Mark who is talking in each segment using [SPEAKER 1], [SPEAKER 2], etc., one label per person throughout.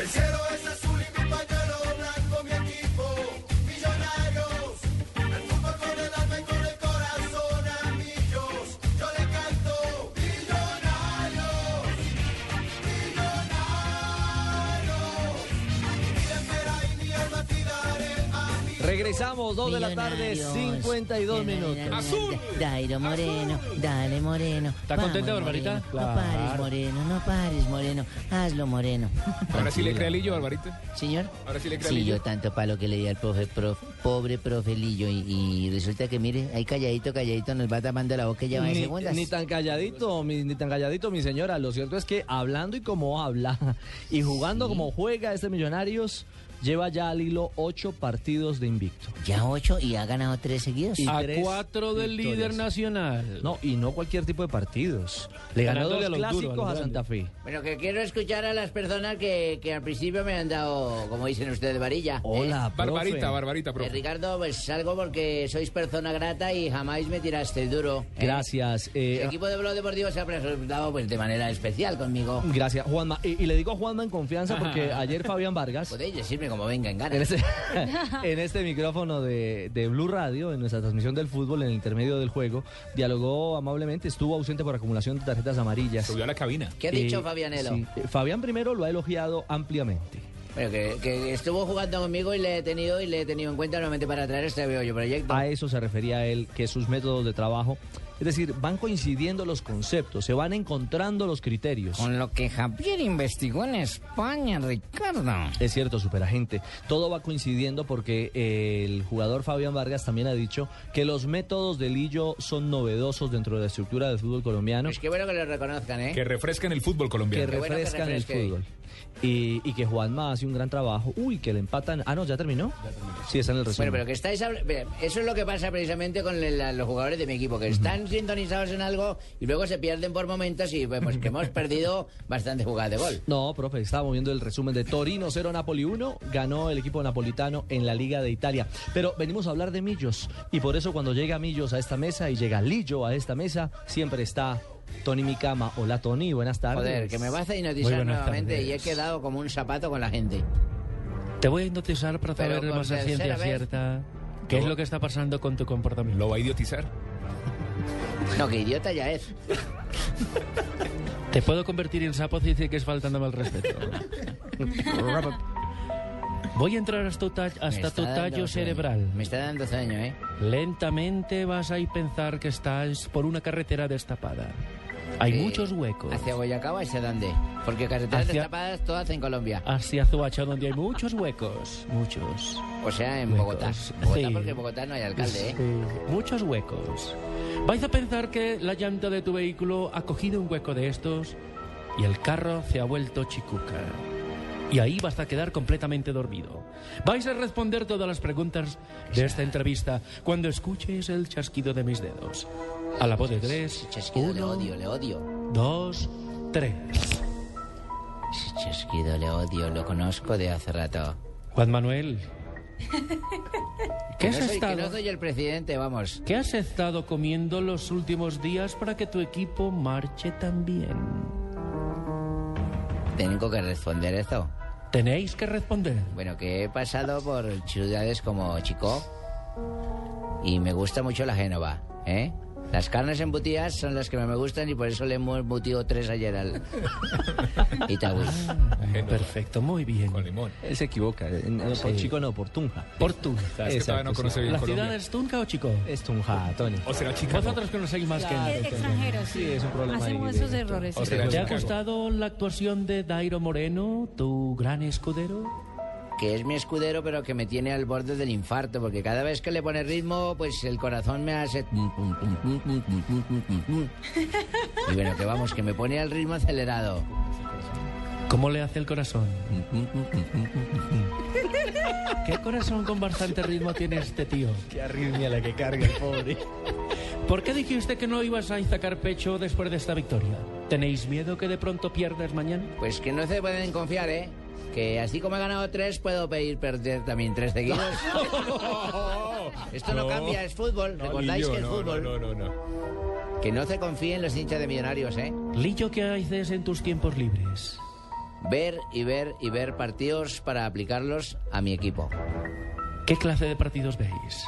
[SPEAKER 1] El cielo es azul y mi pañuelo blanco, mi equipo, millonarios. Al fútbol con el alma y con el corazón a millos. Yo le canto, millonarios, millonarios. Mi espera y mi alma tiraré a mi
[SPEAKER 2] Regresamos, 2 de la tarde,
[SPEAKER 3] Millonarios.
[SPEAKER 2] 52 minutos.
[SPEAKER 3] Azul. Dairo Moreno, dale Moreno.
[SPEAKER 4] ¿Está contenta,
[SPEAKER 3] Vamos,
[SPEAKER 4] Barbarita?
[SPEAKER 3] Moreno. No pares, Moreno, no pares, Moreno. Hazlo, Moreno.
[SPEAKER 5] Ahora sí le crea Lillo, Barbarita.
[SPEAKER 3] Señor.
[SPEAKER 5] Ahora sí le crea
[SPEAKER 3] Sí,
[SPEAKER 5] Lillo.
[SPEAKER 3] yo tanto palo que le di al profe, prof- pobre profe Lillo. Y, y resulta que, mire, ahí calladito, calladito, nos va tapando la boca y ya va en
[SPEAKER 2] Ni,
[SPEAKER 3] segundas.
[SPEAKER 2] ni tan calladito, mi- ni tan calladito, mi señora. Lo cierto es que hablando y como habla y jugando como juega este Millonarios, lleva ya al hilo ocho partidos de invicto.
[SPEAKER 3] Ya ocho y ha ganado tres seguidos.
[SPEAKER 2] Y
[SPEAKER 4] A
[SPEAKER 2] tres
[SPEAKER 4] cuatro del
[SPEAKER 2] victorias.
[SPEAKER 4] líder nacional.
[SPEAKER 2] No, y no cualquier tipo de partidos. Le ganó
[SPEAKER 4] Ganándole
[SPEAKER 2] dos
[SPEAKER 4] a los duros, a los
[SPEAKER 2] clásicos a
[SPEAKER 4] grandes.
[SPEAKER 2] Santa Fe.
[SPEAKER 3] Bueno, que quiero escuchar a las personas que, que al principio me han dado, como dicen ustedes, varilla. ¿eh?
[SPEAKER 2] Hola, profe.
[SPEAKER 5] Barbarita, Barbarita,
[SPEAKER 3] Eh,
[SPEAKER 5] profe.
[SPEAKER 3] Ricardo, pues salgo porque sois persona grata y jamás me tiraste duro. ¿eh?
[SPEAKER 2] Gracias. eh,
[SPEAKER 3] El equipo de Blog Deportivo se ha presentado pues, de manera especial conmigo.
[SPEAKER 2] gracias, Juanma. Y, y le digo a Juanma en confianza porque ayer Fabián Vargas.
[SPEAKER 3] Podéis decirme como venga en gana.
[SPEAKER 2] En este, en este micrófono de, de Blue Radio, en nuestra transmisión del fútbol, en el intermedio del juego, dialogó amablemente, estuvo ausente por acumulación de tarjetas amarillas.
[SPEAKER 5] Subió a la cabina.
[SPEAKER 3] ¿Qué ha dicho
[SPEAKER 2] Eh,
[SPEAKER 3] Fabianelo?
[SPEAKER 2] sí, eh, Fabián primero lo ha elogiado ampliamente.
[SPEAKER 3] Bueno, que, que estuvo jugando conmigo y le he tenido y le he tenido en cuenta nuevamente para traer este yo proyecto.
[SPEAKER 2] A eso se refería él, que sus métodos de trabajo, es decir, van coincidiendo los conceptos, se van encontrando los criterios.
[SPEAKER 6] Con lo que Javier investigó en España, Ricardo.
[SPEAKER 2] Es cierto, superagente. Todo va coincidiendo porque eh, el jugador Fabián Vargas también ha dicho que los métodos de Lillo son novedosos dentro de la estructura del fútbol colombiano.
[SPEAKER 3] Es que bueno que lo reconozcan, ¿eh?
[SPEAKER 5] Que refrescan el fútbol
[SPEAKER 2] que
[SPEAKER 5] colombiano.
[SPEAKER 3] Qué bueno que
[SPEAKER 2] refrescan el
[SPEAKER 3] refresque.
[SPEAKER 2] fútbol. Y, y que Juanma hace un gran trabajo. Uy, que le empatan. Ah, no, ya terminó. Sí, está en
[SPEAKER 4] Pues
[SPEAKER 2] el resumen.
[SPEAKER 3] Bueno, pero que estáis... habl- Mira, Eso es lo que pasa precisamente con el- la- los jugadores de mi equipo, que están sintonizados en algo y luego se pierden por momentos y pues, pues, que hemos perdido bastante jugadas de gol.
[SPEAKER 2] No, profe, estábamos viendo el resumen de Torino 0, Napoli 1. Ganó el equipo napolitano en la Liga de Italia. Pero venimos a hablar de Millos. Y por eso cuando llega Millos a esta mesa y llega Lillo a esta mesa, siempre está Tony Micama. Hola, Tony, buenas tardes.
[SPEAKER 3] Joder, que me vas a
[SPEAKER 4] Ah, pues Muy
[SPEAKER 3] hipnotizar
[SPEAKER 4] buenas
[SPEAKER 3] nuevamente
[SPEAKER 4] tardes.
[SPEAKER 3] y he quedado como un zapato con la gente.
[SPEAKER 4] Te voy a hipnotizar para
[SPEAKER 3] Pero
[SPEAKER 4] saber
[SPEAKER 3] por
[SPEAKER 4] más a ciencia
[SPEAKER 3] tercera vez.
[SPEAKER 4] cierta qué es
[SPEAKER 5] No.
[SPEAKER 4] lo que está pasando con tu comportamiento.
[SPEAKER 5] Lo va a idiotizar.
[SPEAKER 3] No, que idiota ya es.
[SPEAKER 4] Te puedo convertir en sapo si dice que es faltándome al respeto. Voy a entrar hasta tu, ta-
[SPEAKER 3] Me
[SPEAKER 4] hasta
[SPEAKER 3] está
[SPEAKER 4] tu
[SPEAKER 3] dando
[SPEAKER 4] tallo
[SPEAKER 3] sueño.
[SPEAKER 4] cerebral.
[SPEAKER 3] Me está dando sueño, ¿eh?
[SPEAKER 4] Lentamente vas a ir pensar que estás por una carretera destapada. Hay
[SPEAKER 3] Eh,
[SPEAKER 4] muchos huecos.
[SPEAKER 3] ¿Hacia Boyacá o hacia dónde? Porque carreteras
[SPEAKER 4] Hacia-
[SPEAKER 3] destapadas todas en Colombia.
[SPEAKER 4] Hacia Zuacha, donde hay muchos huecos. Muchos.
[SPEAKER 3] O sea, en
[SPEAKER 4] Huecos.
[SPEAKER 3] Bogotá. Bogotá
[SPEAKER 4] Sí.
[SPEAKER 3] porque en Bogotá no hay alcalde, ¿eh?
[SPEAKER 4] Sí. Muchos huecos. Vais a pensar que la llanta de tu vehículo ha cogido un hueco de estos y el carro se ha vuelto chicuca. Y ahí vas a quedar completamente dormido. Vais a responder todas las preguntas de esta entrevista cuando escuches el chasquido de mis dedos. A la voz de tres,
[SPEAKER 3] Ese Chasquido le
[SPEAKER 4] uno,
[SPEAKER 3] odio, le odio.
[SPEAKER 4] dos, tres.
[SPEAKER 3] Ese Chasquido le odio, lo conozco de hace rato.
[SPEAKER 4] Juan Manuel. ¿Qué
[SPEAKER 3] Que
[SPEAKER 4] has
[SPEAKER 3] no soy, que
[SPEAKER 4] estado?
[SPEAKER 3] no soy el presidente, vamos.
[SPEAKER 4] ¿Qué has estado comiendo los últimos días para que tu equipo marche tan bien?
[SPEAKER 3] Tengo que responder esto.
[SPEAKER 4] Tenéis que responder.
[SPEAKER 3] Bueno, que he pasado por ciudades como Chico y me gusta mucho la Génova, ¿eh? Las carnes embutidas son las que más me gustan y por eso le hemos embutido tres ayer al Itagüí.
[SPEAKER 5] Génova.
[SPEAKER 4] Perfecto, muy bien.
[SPEAKER 5] Con limón.
[SPEAKER 2] Él se equivoca. eh, no, por
[SPEAKER 4] Sí.
[SPEAKER 2] chico no, por Tunja.
[SPEAKER 4] Por Tunja.
[SPEAKER 5] Es que
[SPEAKER 2] Exacto,
[SPEAKER 5] todavía no
[SPEAKER 2] sí.
[SPEAKER 5] conoce bien
[SPEAKER 4] ¿La ciudad
[SPEAKER 5] Colombia.
[SPEAKER 4] es Tunja o Chico?
[SPEAKER 5] Eh,
[SPEAKER 2] Es Tunja, Tony.
[SPEAKER 5] O será chica.
[SPEAKER 4] Vosotros conocéis más que
[SPEAKER 7] Eh,
[SPEAKER 4] nadie.
[SPEAKER 7] extranjeros.
[SPEAKER 2] Sí, es un problema
[SPEAKER 7] Hacemos
[SPEAKER 2] ahí de-
[SPEAKER 7] esos errores.
[SPEAKER 5] O será
[SPEAKER 4] ¿Te ha
[SPEAKER 5] Chicago.
[SPEAKER 4] gustado la actuación de Dairo Moreno, tu gran escudero?
[SPEAKER 3] Que es mi escudero, pero que me tiene al borde del infarto, porque cada vez que le pone ritmo, pues el corazón me hace. tum, tum, tum, tum, tum, tum, tum, tum, tum, tum. Y bueno, que vamos, que me pone al ritmo acelerado.
[SPEAKER 4] ¿Cómo le hace el corazón? ¿Qué corazón con bastante ritmo tiene este tío?
[SPEAKER 2] Qué arritmia la que carga el pobre.
[SPEAKER 4] ¿Por qué dijiste que no ibas a sacar pecho después de esta victoria? ¿Tenéis miedo que de pronto pierdas mañana?
[SPEAKER 3] Pues que no se pueden confiar, ¿eh? Que así como he ganado tres, puedo pedir perder también tres seguidos. Esto no, cambia, es fútbol.
[SPEAKER 5] No,
[SPEAKER 3] Recordáis
[SPEAKER 5] Lillo,
[SPEAKER 3] que es
[SPEAKER 5] no,
[SPEAKER 3] fútbol.
[SPEAKER 5] No, no, no. no.
[SPEAKER 3] Que no se confíen los hinchas de millonarios, ¿eh?
[SPEAKER 4] Lillo, ¿qué haces en tus tiempos libres?
[SPEAKER 3] ver y ver y ver partidos para aplicarlos a mi equipo.
[SPEAKER 4] ¿Qué clase de partidos veis?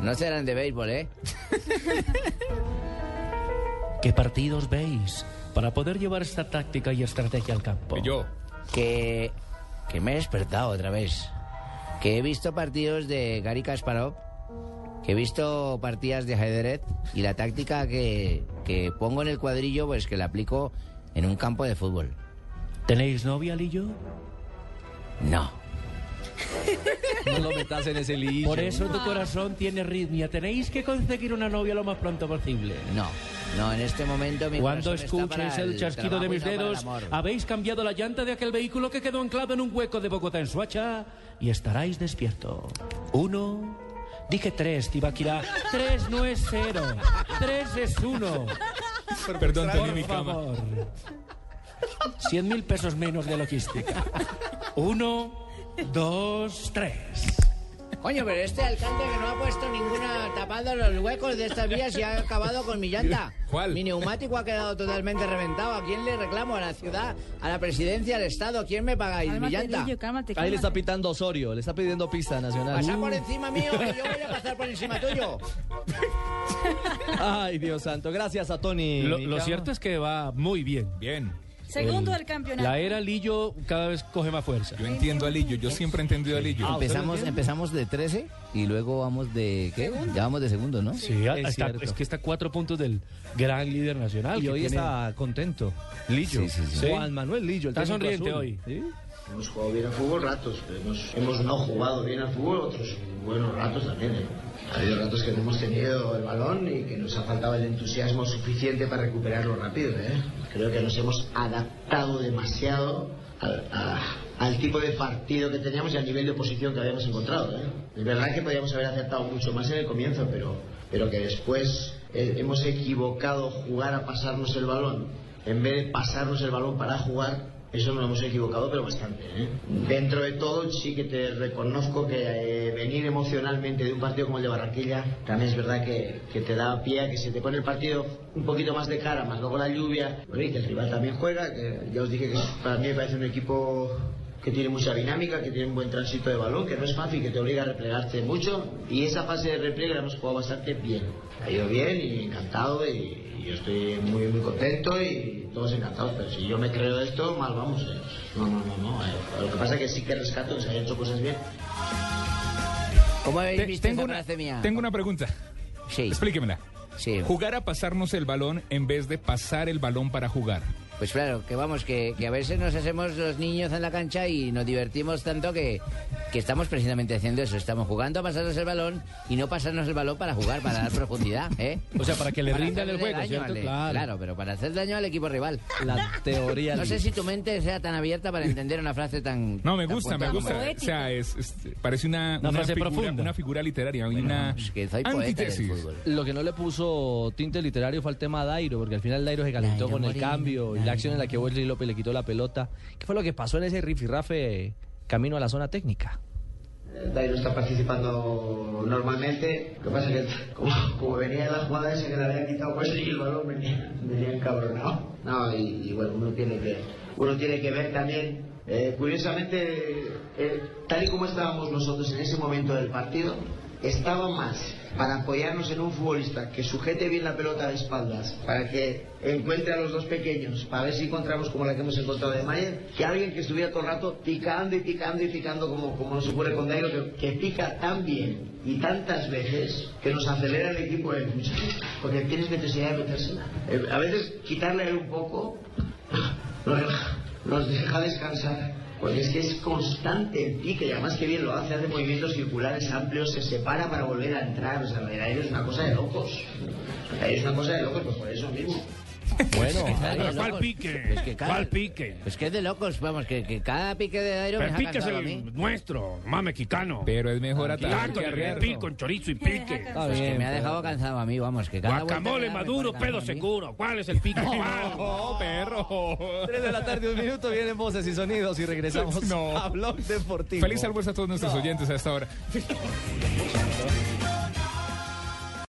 [SPEAKER 3] No serán de béisbol, ¿eh?
[SPEAKER 4] ¿Qué partidos veis para poder llevar esta táctica y estrategia al campo?
[SPEAKER 5] Y Pues yo.
[SPEAKER 3] Que, que me he despertado otra vez. Que he visto partidos de Gary Kasparov, que he visto partidas de ajedrez y la táctica que, que pongo en el cuadrillo, pues que la aplico en un campo de fútbol.
[SPEAKER 4] ¿Tenéis novia, Lillo?
[SPEAKER 3] No.
[SPEAKER 2] No lo metas en ese lío.
[SPEAKER 4] Por eso tu corazón tiene arritmia. Tenéis que conseguir una novia lo más pronto posible.
[SPEAKER 3] No, no, en este momento mi
[SPEAKER 4] Cuando
[SPEAKER 3] corazón está para
[SPEAKER 4] escuches el chasquido de
[SPEAKER 3] trabajo y
[SPEAKER 4] mis
[SPEAKER 3] no para el
[SPEAKER 4] dedos,
[SPEAKER 3] amor.
[SPEAKER 4] habéis cambiado la llanta de aquel vehículo que quedó anclado en un hueco de Bogotá en Suacha y estaráis despierto. Uno. Dije tres, Tibaquirá. Tres no es cero. Tres es uno.
[SPEAKER 5] Perdón, tenía
[SPEAKER 4] Por
[SPEAKER 5] mi cama.
[SPEAKER 4] favor. Cien mil pesos menos de logística. Uno, dos, tres.
[SPEAKER 3] Coño, pero este alcalde que no ha puesto ninguna tapando los huecos de estas vías y ha acabado con mi llanta.
[SPEAKER 5] ¿Cuál?
[SPEAKER 3] Mi neumático ha quedado totalmente reventado. ¿A quién le reclamo? ¿A la ciudad? ¿A la presidencia? ¿Al Estado? ¿Quién me pagáis? ¿Mi
[SPEAKER 7] Cálmate,
[SPEAKER 3] llanta?
[SPEAKER 7] Lillo, cálmate,
[SPEAKER 2] Ahí le está
[SPEAKER 7] cálmate.
[SPEAKER 2] pitando Osorio, le está pidiendo pista nacional.
[SPEAKER 3] Pasa por encima mío que yo voy a pasar por encima
[SPEAKER 5] Ah,
[SPEAKER 3] tuyo.
[SPEAKER 2] Ay, Dios santo. Gracias a Tony.
[SPEAKER 4] Lo,
[SPEAKER 2] Micama.
[SPEAKER 4] cierto es que va muy bien.
[SPEAKER 5] Bien.
[SPEAKER 7] Segundo
[SPEAKER 2] eh,
[SPEAKER 7] del campeonato.
[SPEAKER 2] E.
[SPEAKER 4] La era Lillo cada vez coge más fuerza.
[SPEAKER 5] Yo entiendo a Lillo. Yo siempre he entendido a
[SPEAKER 3] Ah,
[SPEAKER 5] Lillo.
[SPEAKER 8] Empezamos, empezamos de 13 y luego vamos de. ¿Qué? Ya vamos de segundo, ¿no?
[SPEAKER 4] Sí,
[SPEAKER 2] Es
[SPEAKER 4] está-
[SPEAKER 2] cierto.
[SPEAKER 4] es que está a cuatro puntos del gran líder nacional.
[SPEAKER 2] Y
[SPEAKER 4] que
[SPEAKER 2] hoy
[SPEAKER 4] tiene-
[SPEAKER 2] está contento. Lillo.
[SPEAKER 8] Sí, sí, sí.
[SPEAKER 4] Sí.
[SPEAKER 2] Juan Manuel Lillo. El
[SPEAKER 4] Está
[SPEAKER 2] técnico
[SPEAKER 4] sonriente
[SPEAKER 2] azul.
[SPEAKER 4] hoy.
[SPEAKER 2] ¿Sí?
[SPEAKER 9] Hemos jugado bien al fútbol ratos, pero hemos, hemos no jugado bien al fútbol otros buenos ratos también. ¿eh? Ha habido ratos que no hemos tenido el balón y que nos ha faltado el entusiasmo suficiente para recuperarlo rápido. ¿eh? Creo que nos hemos adaptado demasiado al, a- al tipo de partido que teníamos y al nivel de oposición que habíamos encontrado. ¿eh? Es verdad que podíamos haber acertado mucho más en el comienzo, pero, pero que después eh, hemos equivocado jugar a pasarnos el balón en vez de pasarnos el balón para jugar, eso nos hemos equivocado, pero bastante. ¿eh? Dentro de todo, sí que te reconozco que eh, venir emocionalmente de un partido como el de Barranquilla, también es verdad que, que te da pie a que se te pone el partido un poquito más de cara, más luego la lluvia, bueno, y que el rival también juega, que ya os dije que es- para mí me parece un equipo que tiene mucha dinámica, que tiene un buen tránsito de balón, que no es fácil, que te obliga a replegarte mucho. Y esa fase de repliegue la hemos jugado bastante bien. Ha ido bien y encantado y, y yo estoy muy, muy contento y todos encantados. Pero si yo me creo esto, mal vamos. eh. No, no, no, no. eh. Lo que pasa es que sí que rescato que se hayan hecho cosas bien.
[SPEAKER 3] ¿Cómo habéis
[SPEAKER 5] Te-
[SPEAKER 3] visto
[SPEAKER 5] tengo,
[SPEAKER 3] esa
[SPEAKER 5] una,
[SPEAKER 3] frase mía?
[SPEAKER 5] tengo una pregunta.
[SPEAKER 3] Sí,
[SPEAKER 5] Explíquemela.
[SPEAKER 3] sí.
[SPEAKER 5] Jugar a pasarnos el balón en vez de pasar el balón para jugar.
[SPEAKER 3] Pues claro, que vamos, que, que a veces nos hacemos los niños en la cancha y nos divertimos tanto que, que estamos precisamente haciendo eso. Estamos jugando a pasarnos el balón y no pasarnos el balón para jugar, para dar profundidad, ¿eh?
[SPEAKER 4] O sea, para que le
[SPEAKER 3] Para
[SPEAKER 4] rindan el
[SPEAKER 3] hacerle
[SPEAKER 4] juego,
[SPEAKER 3] daño
[SPEAKER 4] ¿cierto?
[SPEAKER 3] al- e- claro, pero para hacer daño al equipo rival.
[SPEAKER 2] La teoría.
[SPEAKER 3] No sé
[SPEAKER 2] Lillo.
[SPEAKER 3] si tu mente sea tan abierta para entender una frase tan.
[SPEAKER 5] No, me
[SPEAKER 3] tan
[SPEAKER 5] gusta, me
[SPEAKER 3] puntual.
[SPEAKER 5] gusta. O sea, es, es- parece una,
[SPEAKER 4] Una frase
[SPEAKER 5] figura,
[SPEAKER 4] profunda.
[SPEAKER 5] una figura literaria, una
[SPEAKER 3] Es que soy poeta del
[SPEAKER 5] antitesis.
[SPEAKER 3] fútbol.
[SPEAKER 2] Lo que no le puso tinte literario fue el tema Dairo, porque al final Dairo se calentó
[SPEAKER 3] Dairo
[SPEAKER 2] con el
[SPEAKER 3] Moreno,
[SPEAKER 2] cambio y
[SPEAKER 3] Dairo.
[SPEAKER 2] la acción en la que Wesley López le quitó la pelota. ¿Qué fue lo que pasó en ese rifirrafe camino a la zona técnica?
[SPEAKER 9] Dairo está participando normalmente. Lo que pasa es que, como, como venía de la jugada esa que le había quitado, pues y el balón venía, venía encabronado. No, y, y bueno, uno tiene que, uno tiene que ver también. eh, curiosamente, eh, tal y como estábamos nosotros en ese momento del partido, estaba más para apoyarnos en un futbolista que sujete bien la pelota de espaldas, para que encuentre a los dos pequeños, para ver si encontramos como la que hemos encontrado de Mayer, que alguien que estuviera todo el rato picando y picando y picando como, como nos ocurre con Dairo, que, que pica tan bien y tantas veces que nos acelera el equipo de lucha, porque tienes necesidad de metérsela. Eh, A veces quitarle un poco nos deja, nos deja descansar, porque es que es constante el pique, y además que bien lo hace, hace movimientos circulares amplios, se separa para volver a entrar, o sea, el aire es una cosa de locos, el aire es una cosa de locos, pues por eso mismo.
[SPEAKER 3] Bueno, Dairo,
[SPEAKER 10] Pero ¿Cuál
[SPEAKER 3] locos.
[SPEAKER 10] pique?
[SPEAKER 3] Es que cada-
[SPEAKER 10] ¿Cuál pique?
[SPEAKER 3] Pues que es de locos, vamos, que, que cada pique de Dairo me
[SPEAKER 10] El
[SPEAKER 3] ha
[SPEAKER 10] pique es
[SPEAKER 3] cansado a mí.
[SPEAKER 10] el nuestro, más mexicano.
[SPEAKER 5] Pero es mejor atacar
[SPEAKER 10] Claro,
[SPEAKER 5] que
[SPEAKER 10] el
[SPEAKER 5] arrear.
[SPEAKER 10] pico, con chorizo y pique.
[SPEAKER 2] Está
[SPEAKER 3] Pues que
[SPEAKER 2] bien,
[SPEAKER 3] me ha dejado cansado a mí, vamos, que cada vuelta me
[SPEAKER 10] Guacamole
[SPEAKER 3] da
[SPEAKER 10] maduro,
[SPEAKER 3] mejor cansado
[SPEAKER 10] pedo
[SPEAKER 3] a mí.
[SPEAKER 10] seguro. ¿Cuál es el Ah, pique?
[SPEAKER 5] ¡Oh, perro!
[SPEAKER 2] Tres de la tarde, un minuto, vienen voces y sonidos y regresamos
[SPEAKER 5] No.
[SPEAKER 2] a Blog Deportivo.
[SPEAKER 5] Feliz almuerzo a todos nuestros oyentes a esta hora.